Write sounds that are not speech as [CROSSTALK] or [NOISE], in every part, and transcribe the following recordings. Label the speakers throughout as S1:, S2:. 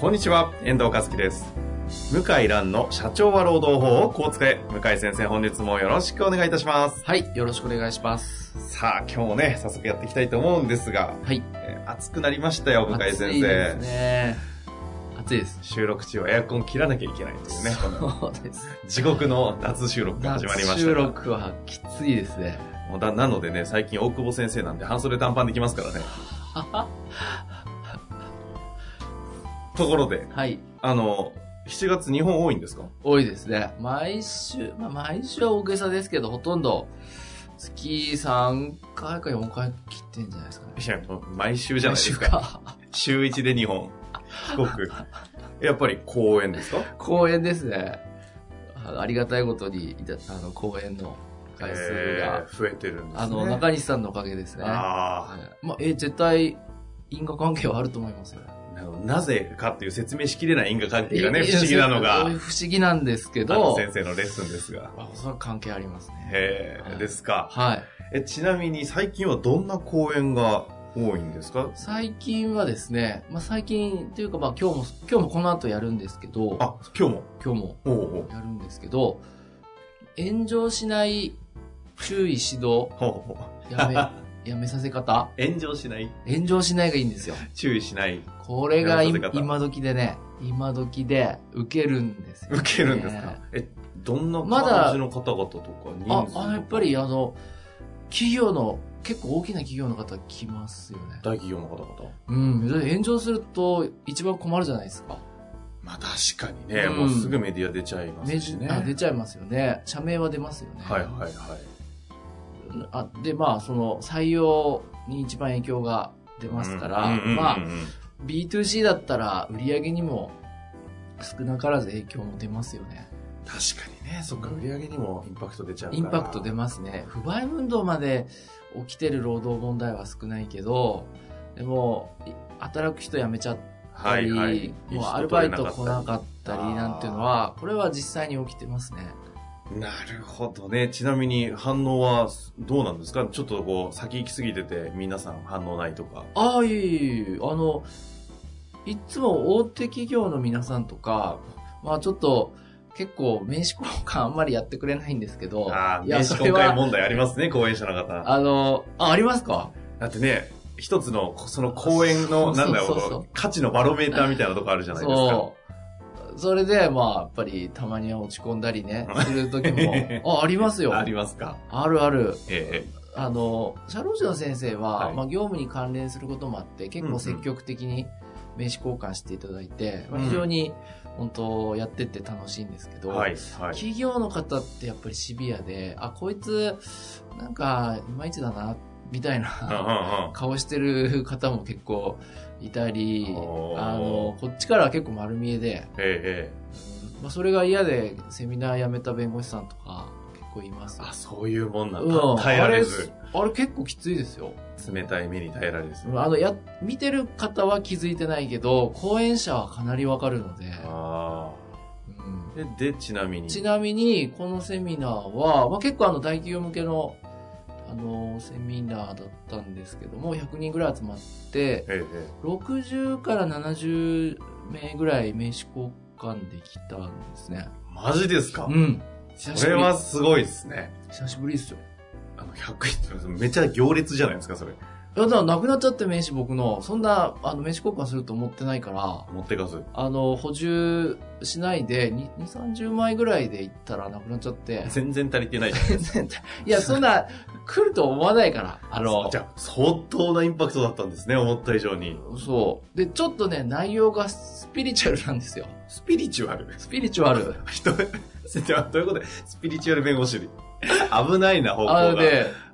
S1: こんにちは、遠藤和樹です。向井蘭の社長は労働法をこう使え。向井先生、本日もよろしくお願いいたします。
S2: はい、よろしくお願いします。
S1: さあ、今日もね、早速やっていきたいと思うんですが、
S2: はい。
S1: えー暑くなりましたよ、向井
S2: 暑
S1: 先
S2: いです
S1: 生。
S2: ね。暑いです。
S1: 収録中はエアコン切らなきゃいけないんですね。この
S2: そうです。
S1: 地獄の夏収録が始まりました
S2: 収
S1: が。
S2: 録はきついですね。
S1: もうだなのでね、最近大久保先生なんて半袖短パンできますからね。
S2: [LAUGHS]
S1: ところで、
S2: はい。
S1: あの、7月日本多いんですか
S2: 多いですね。毎週、まあ、毎週は大げさですけど、ほとんど月3回か4回切ってんじゃないですかね。
S1: いや、もう毎週じゃないですか。
S2: 毎週か。
S1: 週1で2本。ごくやっぱり公演ですか
S2: [LAUGHS] 公演ですね。あありがたいことに、いたあの、公演の回数
S1: え
S2: が、
S1: ー増えてるんですね。
S2: あの、中西さんのおかげですね。
S1: あ
S2: はいまあ、えー絶対、因果関係はあると思いますよ。
S1: ーなのなぜかっていう説明しきれない因果関係が
S2: え
S1: ね、
S2: ー
S1: 不思議なのが、
S2: え
S1: あ
S2: ー不思議なんですけ
S1: の
S2: ど、
S1: 先生のレッスンですが。
S2: まあおそらく関係ありますね。
S1: へ
S2: は
S1: え、
S2: い
S1: ですか。
S2: はい。
S1: え、ちなみに最近はどんな公演が多いんですか
S2: 最近はですね、まあ、最近というか、まあ、今日も、今日もこの後やるんですけど、
S1: あ、今日も。
S2: 今日も
S1: おう
S2: やるんですけど、炎上しない注意指導、
S1: おうおうおう
S2: や
S1: [LAUGHS]
S2: め、やめさせ方、
S1: 炎上しない、
S2: 炎上しないがいいんですよ。
S1: 注意しない、
S2: これがい
S1: やめさせ方
S2: 今時でね、今時で受けるんですよ、ね。
S1: 受けるんですかえ、どんな感じの方々とか人
S2: あ
S1: 数と、か
S2: あの、やっぱり、あの、企業の、結構大きな企業の方来ますよね。
S1: 大企業の方々。
S2: うん。だって炎上すると一番困るじゃないですか。
S1: まあ確かにね、
S2: うん
S1: もうすぐメディア出ちゃいま
S2: メ
S1: す
S2: ジ
S1: しね。
S2: あ出ちゃいますよね。社名は出ますよね。
S1: はいはいはい。
S2: あで、まあ、その、採用に一番影響が出ますから、
S1: うんうんうんうん
S2: まあ、B2C だったら売り上げにも少なからず影響も出ますよね。
S1: 確かにね、そっか、売り上げにもインパクト出ちゃうから。
S2: インパクト出ますね。不買運動まで起きてる労働問題は少ないけど、でも、い働く人辞めちゃっ
S1: は
S2: たり、
S1: いはい。
S2: もうアルバイト来な
S1: っ
S2: かったりなんていうのは、これは実際に起きてますね。
S1: た。なるほどね。ちなみに反応はどうなんですかちょっとこう、先行きすぎてて、皆さん反応ないとか。
S2: ああ、いえいえいえ、あの、いつも大手企業の皆さんとか、まあちょっと、結構名刺交換あんまりやってくれないんですけど、
S1: ああ、
S2: いや、
S1: 名刺
S2: それ
S1: 公開
S2: は、
S1: 問題ありますね、講演者の方。
S2: あの、あ、ありますか
S1: だってね、一つの、その講演の、
S2: そ
S1: な
S2: うん
S1: だ
S2: そうそうそう
S1: ろう、価値のバロメーターみたいなとこあるじゃないですか。
S2: そう。それで、まあ、やっぱり、たまには落ち込んだりね、する
S1: [LAUGHS]
S2: 時も、あ、ありますよ。
S1: あ
S2: あ
S1: りますか。
S2: るある。
S1: ええ
S2: あの、社労士の先生は、
S1: はい
S2: まあ、業務に関連することもあって、結構積極的に名刺交換していただいて、まあ
S1: うん
S2: 非常に、本当やってって楽しいんですけど、
S1: はい、はい。
S2: 企業の方ってやっぱりシビアで、あ、こいつ、なんか、いまいちだな、みたい
S1: うんうん
S2: な、
S1: うん
S2: 顔してる方も結構いたり、
S1: おー
S2: あの、こっちからは結構丸見えで、
S1: ええええ
S2: うんまあ、それが嫌でセミナー辞めた弁護士さんとか結構います。
S1: あ、そういうもんなん
S2: うん
S1: だ。耐えられず。
S2: あれあれ結構きついですよ。
S1: 冷たい目に耐えられず。
S2: あの、や、見てる方は気づいてないけど、講演者はかなりわかるので、
S1: あ
S2: うん
S1: あ。で、で、ちなみに。
S2: ちなみに、このセミナーは、まあ、結構あの、大企業向けの、あの、セミナーだったんですけども、100人ぐらい集まって、
S1: えええ
S2: 60から70名ぐらい名刺交換できたんですね。
S1: えマジですか
S2: うん。久し
S1: こ
S2: ぶ
S1: れ
S2: り。
S1: はすごいですね。
S2: 久しぶりですよ。
S1: あの、100人、めちゃ行列じゃないですか、それ。
S2: いや、だからなくなっちゃって名刺僕の、そんな、あの、名刺交換すると思ってないから、
S1: 持ってかず。
S2: あの、補充しないで、に2、30枚ぐらいで行ったらなくなっちゃ [LAUGHS] って。
S1: 全然足りてないじゃん。
S2: 全然いや、そんな、来ると思わないから、あの
S1: じ、ゃあ、相当なインパクトだったんですね、思った以上に。
S2: そう。で、ちょっとね、内容がスピリチュアルなんですよ。
S1: スピリチュアル。 [LAUGHS]
S2: スピリチュアル。
S1: 人、 [LAUGHS] 先生はどういうことで、スピリチュアル弁護士に。危ないな、方向
S2: あ
S1: が。
S2: のね、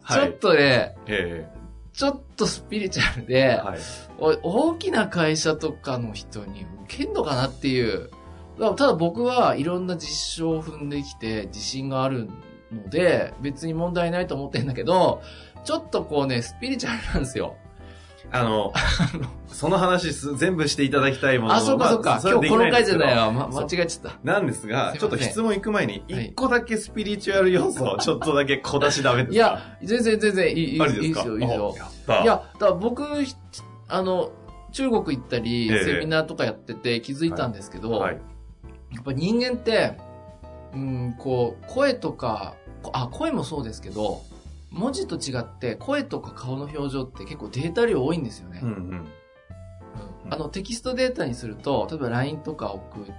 S1: はい
S2: ちょっとね、
S1: え
S2: ちょっとスピリチュアルで、
S1: はい。
S2: お大きな会社とかの人に受けんのかなっていう。だからただ僕はいろんな実証を踏んできて自信があるので、別に問題ないと思ってんだけど、ちょっとこうね、スピリチュアルなんですよ。
S1: あの、その話す全部していただきたいもの
S2: あ、そうかそう
S1: ま
S2: か
S1: あ。れは
S2: 今
S1: で
S2: 日
S1: きな
S2: この
S1: いんで
S2: 回
S1: す
S2: じ
S1: け
S2: ゃ
S1: ど
S2: ないわ。ま、
S1: そう
S2: 間違えちゃった。
S1: なんですが
S2: すいません
S1: ちょっと質問行く前に、
S2: はい
S1: 一個だけスピリチュアル要素をちょっとだけ小出しダメですか
S2: いや、全然全然いい、いい
S1: あ
S2: で
S1: りです
S2: す
S1: か
S2: よ、いいです
S1: あ
S2: よ。
S1: やった
S2: いや、だから僕、ひあの、中国行ったり、
S1: ええ
S2: セミナーとかやってて気づいたんですけど、
S1: はい。
S2: やっぱ人間って、うん、こう、声とか、こあ、声もそうですけど、文字と違って、声とか顔の表情って結構データ量多いんですよね。
S1: うんうん。
S2: うんあの、テキストデータにすると、例えば LINE とか送る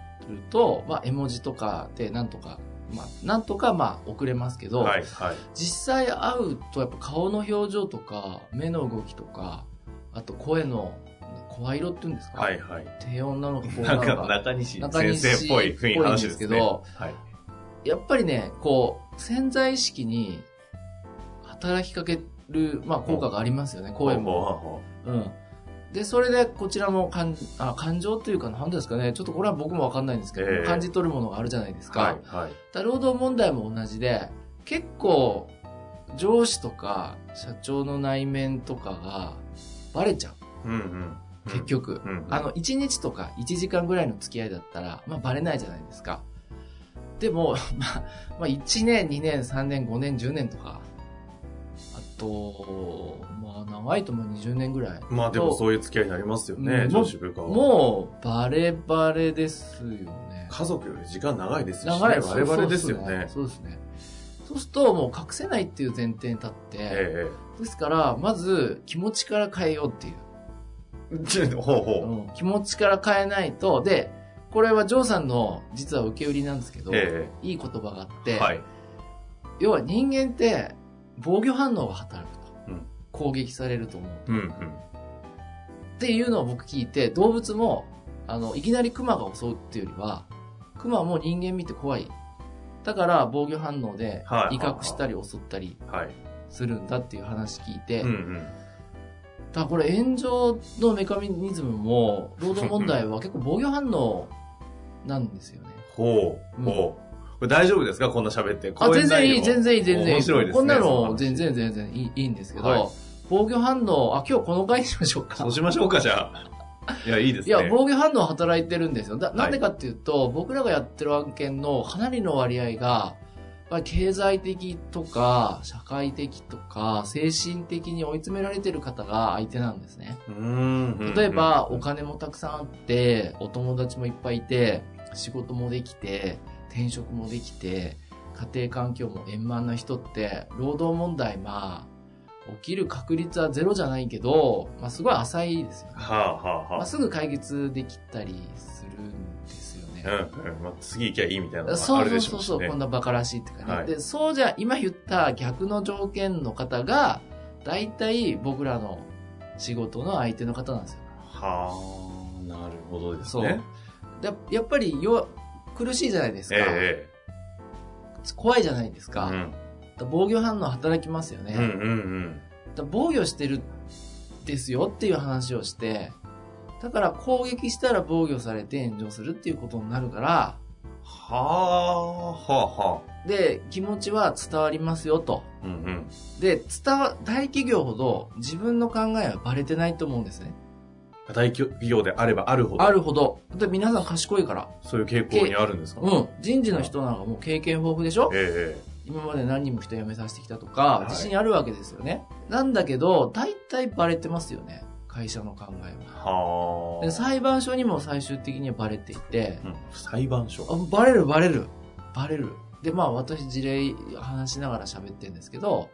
S2: と、まあ、絵文字とかでなんとか、まあ、なんとか、まあ、送れますけど、
S1: はい、はい。
S2: 実際会うとやっぱ顔の表情とか目の動きとかあと声の声色っていうんですか、
S1: はい、はい。
S2: 低音なのか高音な
S1: なん
S2: の
S1: か
S2: か
S1: 中西
S2: 中
S1: 先
S2: 西
S1: 生っぽい雰囲気話です
S2: っぽいんですけ
S1: ね。
S2: ど
S1: はい。
S2: やっぱりねこう潜在意識に働きかける、まあ、効果がありますよね声も、
S1: も
S2: うん、でそれでこちらも感あ感情というか何ですかねちょっとこれは僕もわかんないんですけど、
S1: ええ
S2: 感じ取るものがあるじゃないですか、
S1: はい、はい。
S2: だ労働問題も同じで結構上司とか社長の内面とかがバレちゃ
S1: うんうん。
S2: う結、局、
S1: うんうん。
S2: あの1日とか1時間ぐらいの付き合いだったら、まあ、バレないじゃないですかでも、 [LAUGHS] まあ、まあ1年2年3年5年10年とかあとまあ長いとも20年ぐらい
S1: まあでも
S2: と
S1: そういう付き合いになりますよ
S2: う
S1: ね、
S2: ん
S1: 上司部下は。
S2: もうバレバレですよね
S1: 家族より時間長いですし、ね、
S2: 長い
S1: 我々ですよね。
S2: そうですね。そうすると、もう隠せないっていう前提に立って、
S1: え
S2: ですから、まず気持ちから変えようっていう。
S1: えちょほうほう。
S2: うん気持ちから変えないと、で、これはジョーさんの実は受け売りなんですけど、
S1: え
S2: いい言葉があっ
S1: え
S2: て、
S1: はい。
S2: 要は人間って防御反応が働くと。
S1: うん
S2: 攻撃されると思
S1: う
S2: う。
S1: んうん。
S2: っていうのを僕聞いて、動物も、あの、いきなりクマが襲うっていうよりは、クマも人間見て怖い。だから防御反応で
S1: はい
S2: 威嚇したり襲ったり
S1: はい。
S2: するんだっていう話聞いて、
S1: うんうん。
S2: だからこれ炎上のメカニズムも、労働問題は結構防御反応なんです
S1: [LAUGHS]
S2: よね。
S1: ほう、
S2: うん
S1: ほう。これ大丈夫ですかこんな喋って。
S2: あ、全然いい、
S1: 講演内容
S2: 全然いい、全然いい。
S1: 面白いですね
S2: こんな
S1: その
S2: の
S1: 話
S2: 全然全然いいいいんですけど、
S1: はい
S2: 防御反応、あ、今日この回にしましょうか
S1: そう。しましょうか、じゃあ。いや、いいです
S2: い
S1: ね。
S2: や、防御反応働いてるんですよ。だ
S1: い
S2: なんでかっていうと、僕らがやってる案件のかなりの割合が、やっぱり経済的とか、社会的とか、精神的に追い詰められてる方が相手なんですね。
S1: うーんうんうん
S2: 例えば、お金もたくさんあって、お友達もいっぱいいて、仕事もできて、転職もできて、家庭環境も円満な人って、労働問題、まあ、起きる確率はゼロじゃないけど、まあ、すごい浅いですよね。
S1: はあはあ
S2: ま
S1: は
S2: あ、すぐ解決できたりするんですよね。
S1: あ。うんうん。まあ、次行きゃいいみたいなのは
S2: そ
S1: あ
S2: う
S1: る
S2: そ
S1: で
S2: う
S1: しょ
S2: そうう
S1: し
S2: そう、
S1: ね。
S2: こんなバカらしいってかね、
S1: はい
S2: で、そうじゃ、今言った逆の条件の方が、大体僕らの仕事の相手の方なんですよ。
S1: はあ、なるほどです
S2: そう
S1: ね。
S2: でやっぱり弱、苦しいじゃないです
S1: え
S2: か。
S1: ええ
S2: 怖いじゃないです
S1: え
S2: か。
S1: う
S2: だか
S1: ん
S2: ら防御反応働きますよね。
S1: うんうん
S2: だから防御してるんですよっていう話をして、だから攻撃したら防御されて炎上するっていうことになるから、
S1: うん。はあ、はあはあ。
S2: で、気持ちは伝わりますよと。
S1: うんうん。
S2: で、伝わ、大企業ほど自分の考えはバレてないと思うんですね。
S1: 大企業であればあるほど、
S2: あるほど。で、皆さん賢いから。
S1: そういう傾向にあるんですか
S2: うん。人事の人なんかもう経験豊富でしょ
S1: え
S2: 今まで何人も人辞めさせてきたと
S1: は
S2: か
S1: い、
S2: 自信あるわけですよね。なんだけど、大体バレてますよね。会社の考え
S1: え
S2: は。
S1: はあ。
S2: で、裁判所にも最終的にはバレていて、
S1: うん裁判所。
S2: あバレるバレるバレるでまあ私事例話しながら喋ってるんですけど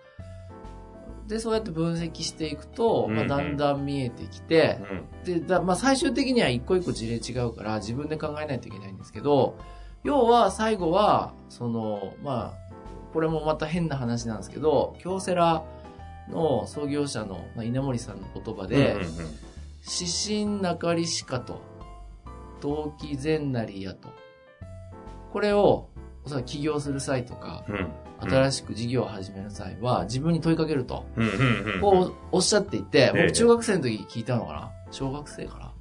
S2: でそうやって分析していくと、
S1: うん
S2: まあ、
S1: うん
S2: だんだん見えてきて
S1: う、ん。
S2: でだまあ、最終的には一個一個事例違うから自分で考えないといけないんですけど要は最後はそのまあこれもまた変な話なんですけど京セラの創業者のまあ稲森さんの言葉で、
S1: うんうんうん
S2: 指針なかりしかと、動機善なりやと。これを、おそらく起業する際とか、
S1: うんうん
S2: 新しく事業を始める際は、自分に問いかけると、
S1: うんうんうん。
S2: こうおっしゃっていて、
S1: ええ
S2: 僕中学生の時聞いたのかな小学生から。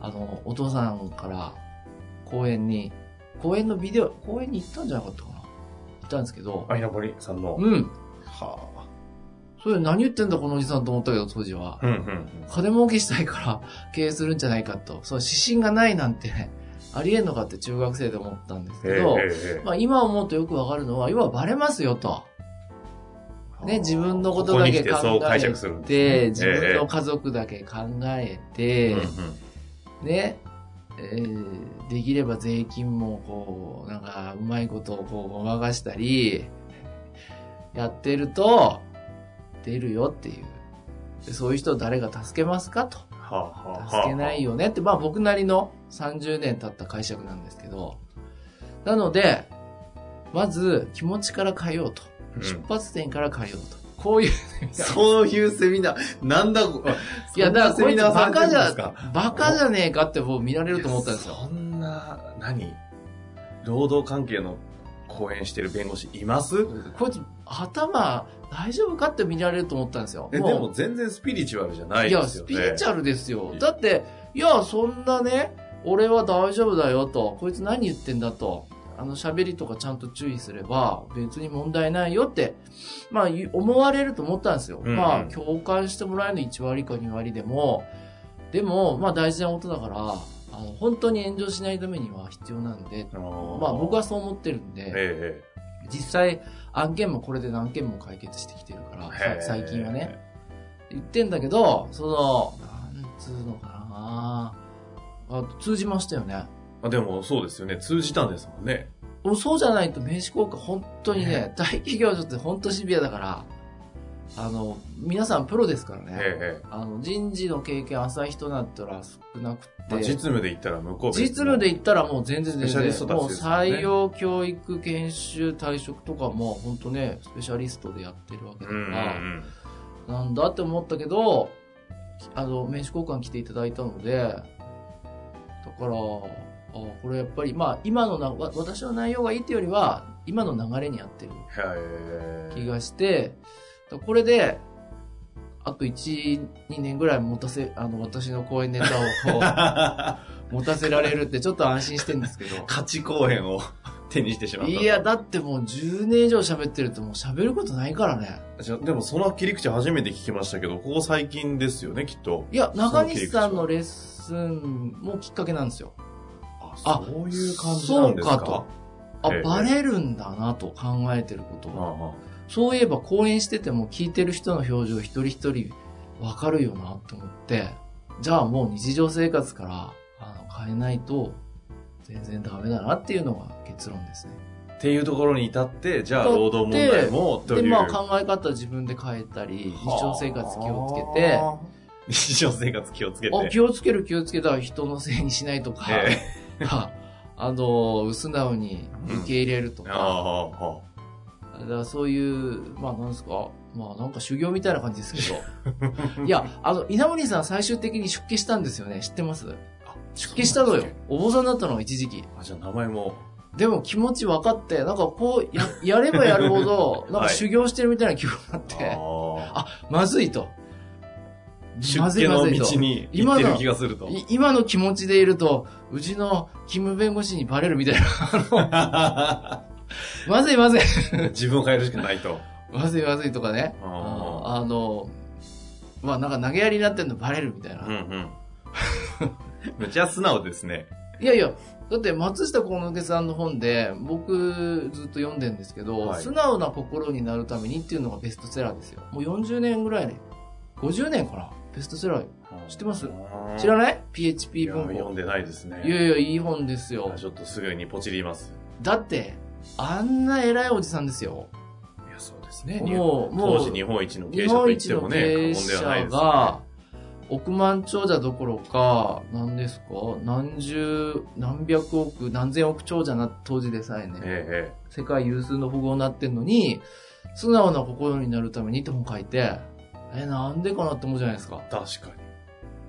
S2: あの、お父さんから公園に、公園のビデオ、公園に行ったんじゃなかったかな行ったんですけど、
S1: あ、稲森さんの。
S2: うん。
S1: は
S2: それ何言ってんだこのおじさんと思ったけど、当時は
S1: あ。。うんうん。
S2: 金儲けしたいから経営するんじゃないかと。その指針がないなんて、ありえんのかって中学生で思ったんです
S1: え
S2: け
S1: え
S2: ど、
S1: え
S2: まあ今思うとよくわかるのは、要はバレますよと。
S1: え
S2: ね、自分のこ
S1: ことこ
S2: だ
S1: に来
S2: け
S1: て
S2: 考
S1: そう解釈するん
S2: えて、自分の家族だけ考えて、
S1: うんうん
S2: ね、えーできれば税金もこう、なんか、うまいことをこう、ごまかしたり、やってると、出るよっていう。でそういう人を誰が助けますかと。
S1: はあはあはあ
S2: 助けない。よねって、まあ僕なりの30年経った解釈なんですけど、なので、まず気持ちから変えようと。
S1: うん
S2: 出発点から変えようと。こういう、
S1: そういうセミナー、なんだ、こ
S2: いや、だから
S1: そん
S2: こ
S1: ないセミ
S2: つ
S1: ナー
S2: バカじ
S1: されてるんで
S2: ゃ、バカじゃねえかってもう見られると思ったんですよ。
S1: そんな、何労働関係の講演してる弁護士います
S2: こいつ、頭、大丈夫かって見られると思ったんですよ。
S1: え、でも全然スピリチュアルじゃないいで
S2: や、
S1: すよ
S2: ス
S1: ね。
S2: ピリチュアルですよ
S1: い。い
S2: だって、いや、そんなね、俺は大丈夫だよと、こいつ何言ってんだと、あの、喋りとかちゃんと注意すれば、別に問題ないよって、まあ、い思われると思ったんですよ。
S1: うんうん
S2: まあ、共感してもらえるの1割か2割でも、でも、まあ、大事なことだから、あの、本当に炎上しないためには必要なんで、
S1: あー
S2: まあ、僕はそう思ってるんで、
S1: え
S2: 実際、案件もこれで何件も解決してきてるから
S1: え、
S2: さ
S1: ええ
S2: 最近はね。。言ってんだけど、その、なんつうのかなあ通じましたよね。
S1: あでも、そうですよね。通じたんですもんね。
S2: もうそうじゃないと名刺交換本当にね
S1: ね、
S2: 大企業ちょっと本当シビアだから、あの、皆さんプロですからね。
S1: ええ
S2: あの、人事の経験浅い人だったら少なくて、
S1: まあ、実務で言ったら向こう別
S2: 実務で言ったらもう全然
S1: スペ
S2: 全
S1: シャ
S2: 然、
S1: リストた
S2: も
S1: ち
S2: う
S1: ですからね
S2: 採用、教育、研修、退職とかも本当ね、スペシャリストでやってるわけだ
S1: うん
S2: か
S1: うんう
S2: ら、
S1: ん。
S2: なんだって思ったけど、あの、名刺交換来ていただいたので、だから、あこれやっぱり、まあ、今のな、わ私の内容がいいっていうよりは、今の流れに合ってる
S1: へ
S2: 気
S1: え。
S2: がして、だこれで、あと1、2年ぐらい持たせ、あの、私の講演ネタをこう持たせられるってちょっと安心してるんですけど。
S1: [LAUGHS] 勝ち公演を [LAUGHS] 手にしてしまった。
S2: いや、だってもう10年以上喋ってるともう喋ることないからね。
S1: じゃでもその切り口初めて聞きましたけど、ここ最近ですよね、きっと。
S2: いや、中西さんのレッスンもきっかけなんですよ。
S1: あ、
S2: あ
S1: そういう感じなんですか。
S2: そうかとあ、
S1: ええ
S2: バレるんだなと考えてること
S1: あ
S2: が。
S1: ああ
S2: そういえば講演してても聞いてる人の表情一人一人わかるよなと思って、じゃあもう日常生活からあの変えないと全然ダメだなっていうのが結論ですね。
S1: っていうところに至って、じゃあ
S2: だって
S1: 労働問題も、と
S2: で、
S1: いう。
S2: まあ考え方自分で変えたり、日常生活気をつけて、あ
S1: はあ。日常生活気をつけて。
S2: 気をつける気をつけたら人のせいにしないとか、
S1: え
S2: あの、素直に受け入れると
S1: え
S2: か、
S1: ああああ
S2: だからそういう、まあなんですか、まあなんか修行みたいな感じですけど。いや、あの、稲森さん最終的に出家したんですよね。知ってます
S1: あ
S2: 出家したのよ。お坊さんだったの、一時期。
S1: あ、じゃあ名前も。、
S2: でも気持ち分かって、なんかこう、や、 [LAUGHS] やればやるほどなんか修行してるみたいな気分になって、
S1: ああ。
S2: まずいと。
S1: 出
S2: まずい
S1: 家
S2: ま
S1: の
S2: ずい
S1: 道
S2: と。
S1: に行ってる気がすると。
S2: い今の気持ちでいると、うちのキム弁護士にバレるみたいな。まずいまずい。
S1: [LAUGHS] 自分を変えるしかないと。
S2: まずいまずいとかね。
S1: あ
S2: あの、まあなんか投げやりになってんのバレるみたいな。
S1: あうんうん。 [LAUGHS] めっちゃ素直ですね。
S2: いやいや、だって松下幸之助さんの本で僕ずっと読んでんですけど、
S1: はい
S2: 素直な心になるためにっていうのがベストセラーですよ。もう40年ぐらいね、50年かなベストセラーよ。知ってます知ら
S1: ない
S2: ない ?PHP
S1: や
S2: 文
S1: 読
S2: 庫
S1: ん。でないですね。
S2: いやいや、いい本ですよ
S1: あ。ちょっとすぐにポチります。
S2: だって、あんな偉いおじさんですよ。
S1: いや、そうですね。
S2: もう、もう。
S1: 当時日本一の経営
S2: 日
S1: 者と
S2: 本
S1: 言っ
S2: 一
S1: ても
S2: の
S1: ね、
S2: 経営
S1: 過言で
S2: 者
S1: はないです、
S2: が、億万長者どころか、何ですか何十、何百億、何千億長者な当時でさえね、
S1: ええ
S2: 世界有数の富豪になってんのに、素直な心になるためにって本書いて、え、なんでかなって思うじゃないですか。
S1: ええ、確かに。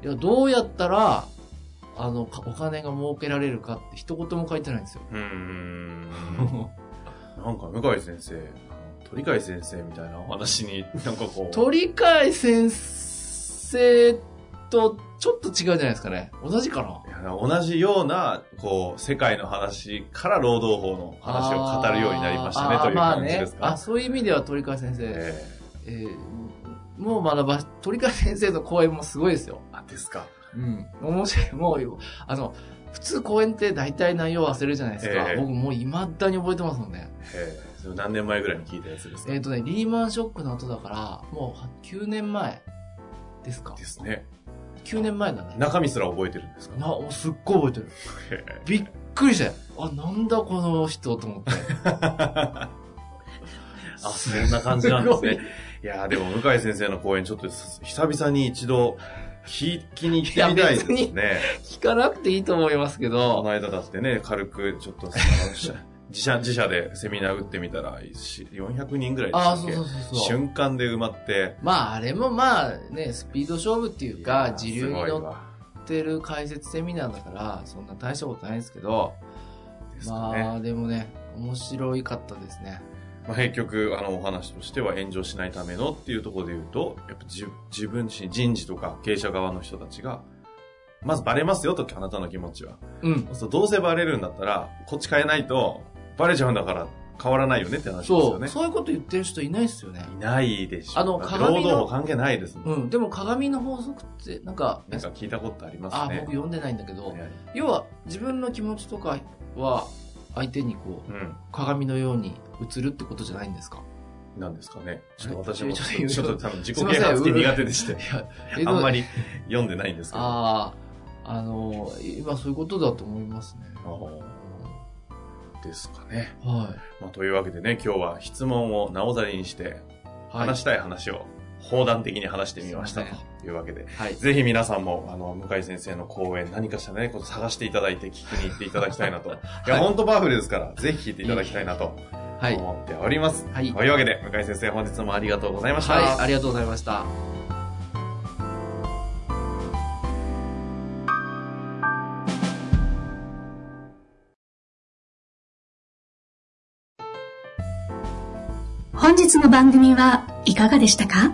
S2: いや、どうやったら、あ [LAUGHS] の、かお金が儲けられるかって一言も書いてないんですよ。
S1: [LAUGHS] うーん。なんか向井先生、鳥海先生みたいなお話に、なんかこう。
S2: [LAUGHS] 鳥海先生とちょっと違うじゃないですかね。同じかない
S1: や同じような、こう、世界の話から労働法の話を語るようになりましたね、
S2: あー
S1: という感じです
S2: まあね、あ
S1: か。
S2: そういう意味では鳥川先生、
S1: え
S2: えーもう学ば、鳥川先生の講演もすごいですよ。
S1: ーあ、ですか。
S2: うん。面白い。もう、あの、普通講演って大体内容忘れるじゃないですか。
S1: ええ
S2: 僕もう未だに覚えてますもんね。
S1: えーそれ何年前ぐらいに聞いたやつですか、
S2: えっ、とね、リーマンショックの後だから、もう9年前ですか
S1: で。すね。
S2: 9年前だね。
S1: 中身すら覚えてるんですか
S2: な、おすっごい覚えてる。
S1: へー
S2: びっくりしたよ。あ、なんだこの人と思って。
S1: あ、そんな感じなんですね。いやーでも向井先生の講演ちょっと久々に一度聞きに行ってみたいです
S2: いや別
S1: ね。
S2: 聞かなくていいと思いますけ
S1: この
S2: ど、
S1: 間だってね、軽くちょっとあの
S2: [LAUGHS]
S1: 自社、自社でセミナー打ってみたら、し400人ぐらいで
S2: ああ、
S1: したっ
S2: そう
S1: け
S2: そうそうそう。
S1: 瞬間で埋まって。
S2: まああれもまあね、スピード勝負っていう
S1: いや、
S2: か
S1: ー
S2: 時流に
S1: すごい
S2: 乗
S1: わ
S2: ってる解説セミナーだから、そんな大したことないですけど、
S1: ですかね。
S2: まあでもね、面白いかったですね。
S1: まあ、結局、あの、お話としては炎上しないためのっていうところで言うと、やっぱ自自分自身、人事とか経営者側の人たちが、まずバレますよと、あなたの気持ちは。
S2: うん。
S1: そうどうせバレるんだったら、こっち変えないと、バレちゃうんだから変わらないよねって話です
S2: そ
S1: よ
S2: う、
S1: ね。
S2: そういうこと言ってる人いないですよね。
S1: いないでしょ。
S2: あの
S1: だって
S2: 鏡の
S1: 労働法関係ないですもん。
S2: うん。でも鏡の法則って、なんか、
S1: なんか聞いたことあります
S2: あ、
S1: ね。
S2: 僕読んでないんだけど、
S1: はい
S2: 要は自分の気持ちとかは相手にこう、
S1: うん。
S2: 鏡のように映るってことじゃないんですか
S1: なんですかね。ちょっと
S2: はい
S1: 私も、
S2: ちょっと言う
S1: ちょっと多分自己
S2: すいま
S1: 啓
S2: せん
S1: 発系苦手でし
S2: い
S1: て、
S2: や、
S1: あんま
S2: り。
S1: り読んでないんですけど。あ
S2: ああ、あの、今そういうことだと思いますね。
S1: ーですかね。
S2: は
S1: まあ、というわけでね、今日は質問をなおざりにして、
S2: い。はい。
S1: 話したい話を放談的に話してみました
S2: すいませ
S1: というわけで、
S2: はい。
S1: ぜひ皆さんも、あの、向井先生の講演、何かしらね、こと探していただいて、聞きに行っていただきたい
S2: [LAUGHS]
S1: なと。いや、ほんとパワフルですから、ぜひ聞いていただきたいなと
S2: はい。はい。
S1: 思っております。
S2: はい
S1: というわけで、向井先生、本日もありがとうございました。
S2: ありがとうございました。
S3: 本日の番組はいかがでしたか